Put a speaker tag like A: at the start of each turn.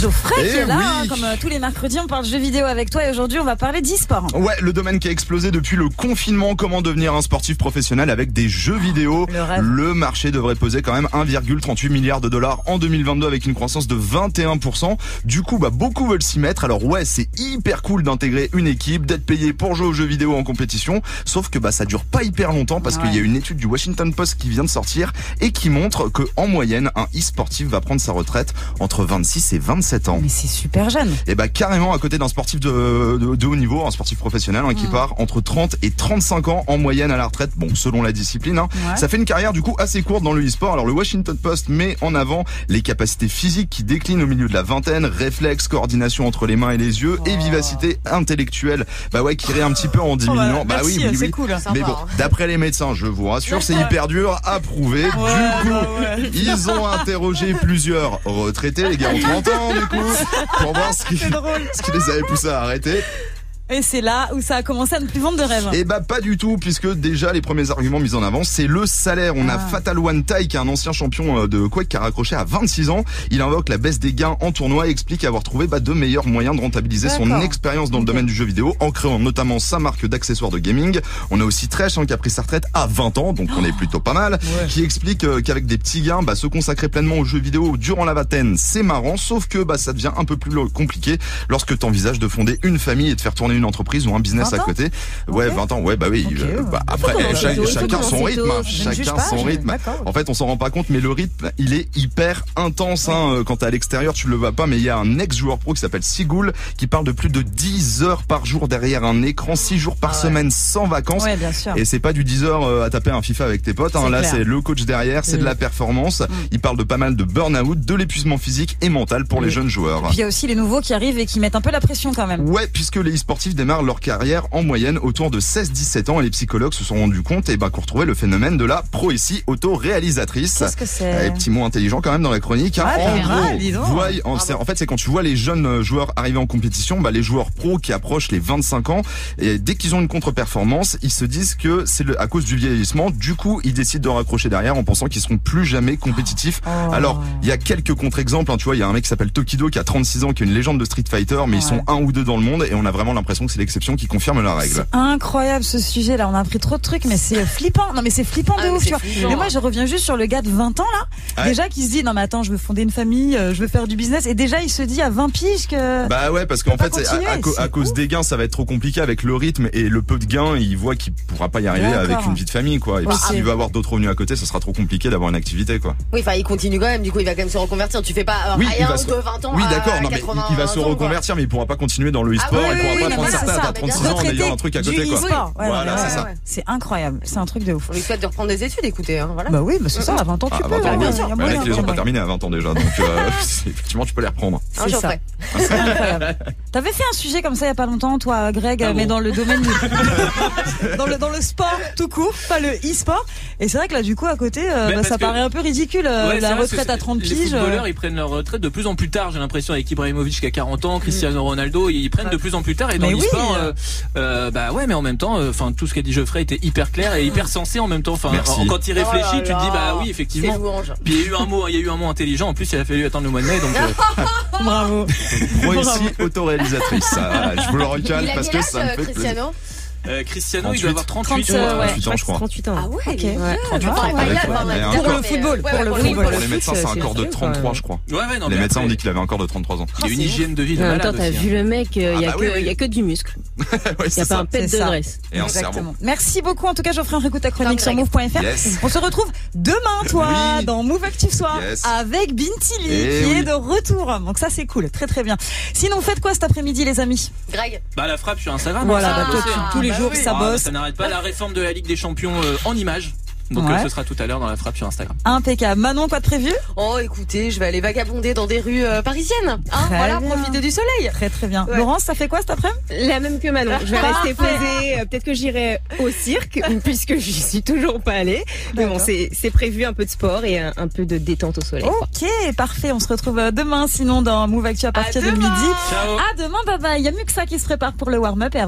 A: Geoffrey
B: Eh
A: qui est là,
B: oui.
A: hein, comme euh, tous les mercredis, on parle jeux vidéo avec toi et aujourd'hui on va parler d'e-sport.
B: Ouais, le domaine qui a explosé depuis le confinement, comment devenir un sportif professionnel avec des jeux vidéo.
A: le rêve.
B: marché devrait peser quand même 1,38 milliard de dollars en 2022 avec une croissance de 21%. Du coup, bah, beaucoup veulent s'y mettre. Alors ouais, c'est hyper cool d'intégrer une équipe, d'être payé pour jouer aux jeux vidéo en compétition. Sauf que bah, ça dure pas hyper longtemps parce
A: Ouais.
B: qu'il y a une étude du Washington Post qui vient de sortir et qui montre que en moyenne, un e-sportif va prendre sa retraite entre 26 et 27 ans.
A: Mais c'est super jeune.
B: Et bah carrément à côté d'un sportif de, de, de haut niveau, un sportif professionnel hein, qui
A: Mm.
B: part entre 30 et 35 ans en moyenne à la retraite, bon selon la discipline. hein.
A: Ouais.
B: Ça fait une carrière du coup assez courte dans le e-sport. Alors le Washington Post met en avant les capacités physiques qui déclinent au milieu de la vingtaine, réflexes, coordination entre les mains et les yeux et
A: Oh.
B: vivacité intellectuelle. Bah ouais qui irait un petit peu en diminuant. bah oui, oui, oui.
A: cool.
B: Mais bon, d'après les médecins, je vous rassure, c'est hyper dur à prouver. Du
A: bah
B: coup, ils ont interrogé plusieurs retraités, les gars ont 30 ans du coup, pour voir ce qui, ce qui les avait poussés à arrêter.
A: Et c'est là où ça a commencé à ne plus vendre de rêve.
B: Et bah pas du tout, puisque déjà les premiers arguments mis en avant, c'est le salaire. On a
A: Ah.
B: Fatal One Tai, qui est un ancien champion euh, de Quake qui a raccroché à 26 ans. Il invoque la baisse des gains en tournoi et explique avoir trouvé bah, de meilleurs moyens de rentabiliser son
A: D'accord.
B: expérience dans le domaine du jeu vidéo en créant notamment sa marque d'accessoires de gaming. On a aussi Tresh hein, qui a pris sa retraite à 20 ans, donc
A: Oh.
B: on est plutôt pas mal, qui explique euh, qu'avec des petits gains, bah, se consacrer pleinement aux jeux vidéo durant la vingtaine, c'est marrant, sauf que bah, ça devient un peu plus compliqué lorsque tu envisages de fonder une famille et de faire tourner une entreprise ou un business
A: 20
B: à
A: ans
B: côté. Ouais,
A: Ok.
B: 20 ans, ouais, bah oui.
A: Ok,
B: euh, bah,
A: ouais.
B: après,
A: Faut
B: eh,
A: commencer
B: chaque-
A: tôt, faut
B: chacun son
C: commencer
B: rythme,
C: tôt,
B: hein,
A: je ne juge
B: chacun
A: pas,
B: son
A: je-
B: rythme.
A: d'accord.
B: En fait, on s'en rend pas compte, mais le rythme, il est hyper intense. Hein. Euh, Quand t'es à l'extérieur, tu le vois pas, mais il y a un ex-joueur pro qui s'appelle Sigoul qui parle de plus de 10 heures par jour derrière un écran, 6 jours par semaine sans vacances.
A: Ah Ouais, bien sûr.
B: Et c'est pas du 10 heures euh, à taper un FIFA avec tes potes. Hein.
A: C'est
B: Là,
A: clair. Mm.
B: c'est le coach derrière, c'est de la performance. Il parle de pas mal de burn-out, de l'épuisement physique et mental pour les jeunes joueurs.
A: Puis il y a aussi les nouveaux qui arrivent et qui mettent un peu la pression quand même.
B: Ouais, puisque les e-sportifs démarrent leur carrière en moyenne autour de 16-17 ans et les psychologues se sont rendus compte et ben, qu'on retrouvait le phénomène de la proécie autoréalisatrice.
A: Qu'est-ce que
B: Eh,
A: c'est Ah,
B: petit mot intelligent quand même dans la chronique. hein.
A: Ouais,
B: en
A: pas mal, dis donc.
B: gros, voy- en, c'est- en fait, c'est quand tu vois les jeunes euh, joueurs arriver en compétition, bah, les joueurs pros qui approchent les 25 ans, et dès qu'ils ont une contre-performance, ils se disent que c'est le- à cause du vieillissement. Du coup, ils décident de raccrocher derrière en pensant qu'ils seront plus jamais compétitifs.
A: Oh.
B: Alors, il y a quelques contre-exemples. hein. tu vois, il y a un mec qui s'appelle Tokido qui a 36 ans, qui est une légende de Street Fighter, mais ils
A: Ouais.
B: sont un ou deux dans le monde et on a vraiment l'impression que c'est l'exception qui confirme la règle.
A: C'est incroyable ce sujet là, on a appris trop de trucs mais c'est flippant. Non mais c'est flippant de
C: Ah, mais
A: ouf,
C: c'est
A: tu vois.
C: flippant.
A: Mais moi je reviens juste sur le gars de 20 ans là,
B: Ouais.
A: déjà qui se dit non mais attends, je veux fonder une famille, euh, je veux faire du business et déjà il se dit à 20 piges que
B: Bah ouais, parce qu'en
A: pas
B: fait, c'est- à, à
A: continuer,
B: co- à
A: c'est
B: cause
A: ouf.
B: des gains, ça va être trop compliqué avec le rythme et le peu de gains. Il voit qu'il pourra pas y arriver
A: D'accord. Bah,
B: avec une vie de famille, quoi. Et puis
A: Ok.
B: s'il veut avoir d'autres revenus à côté, ça sera trop compliqué d'avoir une activité, quoi.
C: Oui, enfin, il continue quand même, du coup, il va quand même se reconvertir. Tu fais pas un
B: Oui, il va se-
C: de 20 ans.
B: oui,
C: à
B: d'accord. Non, mais
C: 80,
B: il va se
C: 20 ans, quoi.
B: reconvertir, mais il pourra pas continuer dans le
C: Ah
B: e-sport. il
C: oui,
B: pourra
C: oui,
B: pas
C: oui,
B: prendre
C: mais
B: sa
C: voilà,
B: retraite
C: c'est
B: à
C: ça,
B: 36
C: mais
B: ans en
A: retraité
B: ayant un truc à
A: du
B: côté, quoi.
A: e-sport. Ouais, non,
B: Voilà,
A: mais
B: c'est
A: ouais,
B: ça.
A: ouais. C'est incroyable, c'est un truc de ouf.
C: On lui souhaite de reprendre des études, écoutez. Hein, voilà.
A: Bah oui, bah c'est ça, à 20 ans tu
B: Ah,
A: peux.
B: 20 ans,
A: ouais,
B: oui.
A: il y a
B: Bah,
A: moyen,
B: les
A: il y
B: clés
A: a
B: sont pas
A: moyen.
B: terminés à 20 ans déjà, donc euh, effectivement tu peux les reprendre.
C: Hein,
A: C'est
C: Geoffrey.
A: C'est incroyable. T'avais fait un sujet comme ça il y a pas longtemps, toi, Greg, mais dans le domaine, du- dans le dans le sport tout court, pas le e-sport. Et c'est vrai que là, du coup, à côté, euh,
D: Mais
A: bah,
D: parce
A: ça
D: que-
A: paraît un peu ridicule euh,
D: Ouais, c'est
A: la
D: vrai, parce
A: retraite
D: que
A: à 30
D: Les
A: piges.
D: footballeurs,
A: euh.
D: ils prennent leur retraite de plus en plus tard, j'ai l'impression, avec Ibrahimovic qui a 40 ans, Cristiano Ronaldo, ils prennent de plus en plus tard. Et
A: Mm. Bah,
D: dans
A: Mais oui.
D: l'e-sport, euh, euh, bah ouais, mais en même temps, enfin, tout ce qu'a dit Geoffrey était hyper clair et hyper sensé en même temps. Enfin,
B: Merci.
D: en- quand il réfléchit,
C: Oh là
D: tu te dis,
C: là.
D: bah oui, effectivement.
C: C'est louange.
D: Puis il y a eu un mot, il y a eu un mot intelligent. En plus, il a fallu attendre le mois de mai, donc. euh,
A: Bravo.
B: Proétie autoréalisatrice. Ah, Je vous le recale
C: Il a
B: parce
C: quel
B: que
C: âge,
B: ça me fait plaisir.
C: Cristiano
D: euh, Cristiano, il
B: 38.
D: doit avoir 38
A: 30, euh,
D: ouais.
A: ouais.
B: 38 ans, je crois.
E: 38 ans.
C: Ah ouais, il est
A: Ok.
C: vieux.
A: Ouais, tu vois,
C: Enfin, il a
B: Avec-
C: pas mal.
B: mais
C: D'accord,
B: encore-
A: Pour le
C: mais-
A: football,
C: ouais,
A: pour
C: ouais,
A: le football.
B: Pour les médecins, c'est un
E: c'est
B: corps de
E: sûr,
B: 33,
E: ouais.
B: je crois.
D: Ouais, ouais, non,
B: Les
D: mais
B: médecins
D: après, Oh,
B: ont dit qu'il avait un corps de 33 ans.
D: Il y a une hygiène de vie de
E: En même temps,
D: malade.
E: t'as
D: aussi, hein.
E: vu le mec, il
B: Ah
E: n'y a,
B: bah
E: que-
B: oui, oui.
E: y a que du muscle.
B: Ouais,
E: Il n'y
B: c'est
E: a pas
B: ça.
E: un pet
A: C'est
E: de
A: ça.
E: dresse.
B: Et un cerveau.
A: Exactement. Merci beaucoup. En tout cas, Geoffrey, écoute ta chronique sur
C: Greg.
A: move.fr.
B: Yes.
A: On se retrouve demain, toi,
B: Oui.
A: dans Move Active Soir,
B: Yes.
A: avec Bintili,
B: Eh
A: qui
B: oui.
A: est de retour. Donc ça, c'est cool. Très, très bien. Sinon, faites quoi cet après-midi, les amis?
C: Greg,
D: Bah la frappe sur Instagram.
A: Voilà,
D: hein, ça
A: bah,
D: va
A: toi,
D: bosser,
A: tu-
D: hein.
A: tous les
D: Bah
A: jours,
D: oui.
A: ça
D: Ah, bah,
A: bosse.
D: Ça n'arrête pas la réforme de la Ligue des Champions euh, en images. Donc euh,
A: Ouais.
D: ce sera tout à l'heure dans la frappe sur Instagram.
A: Impeccable. Manon, quoi de prévu?
C: oh écoutez, je vais aller vagabonder dans des rues euh, parisiennes. Hein,
A: Très
C: voilà,
A: bien.
C: profiter du soleil.
A: Très très bien.
C: Ouais.
A: Laurence, ça fait quoi cet après-midi
E: La même que Manon. Je vais rester posée. euh, Peut-être que j'irai au cirque, puisque j'y suis toujours pas allée. Mais bon,
A: D'accord.
E: c'est c'est prévu un peu de sport et un, un peu de détente au soleil. quoi.
A: Ok, parfait. On se retrouve euh, demain sinon dans Move Actu à partir de
C: demain.
A: midi.
D: Ciao.
A: À demain, bye bye. Il y a mieux que ça qui se prépare pour le warm-up. et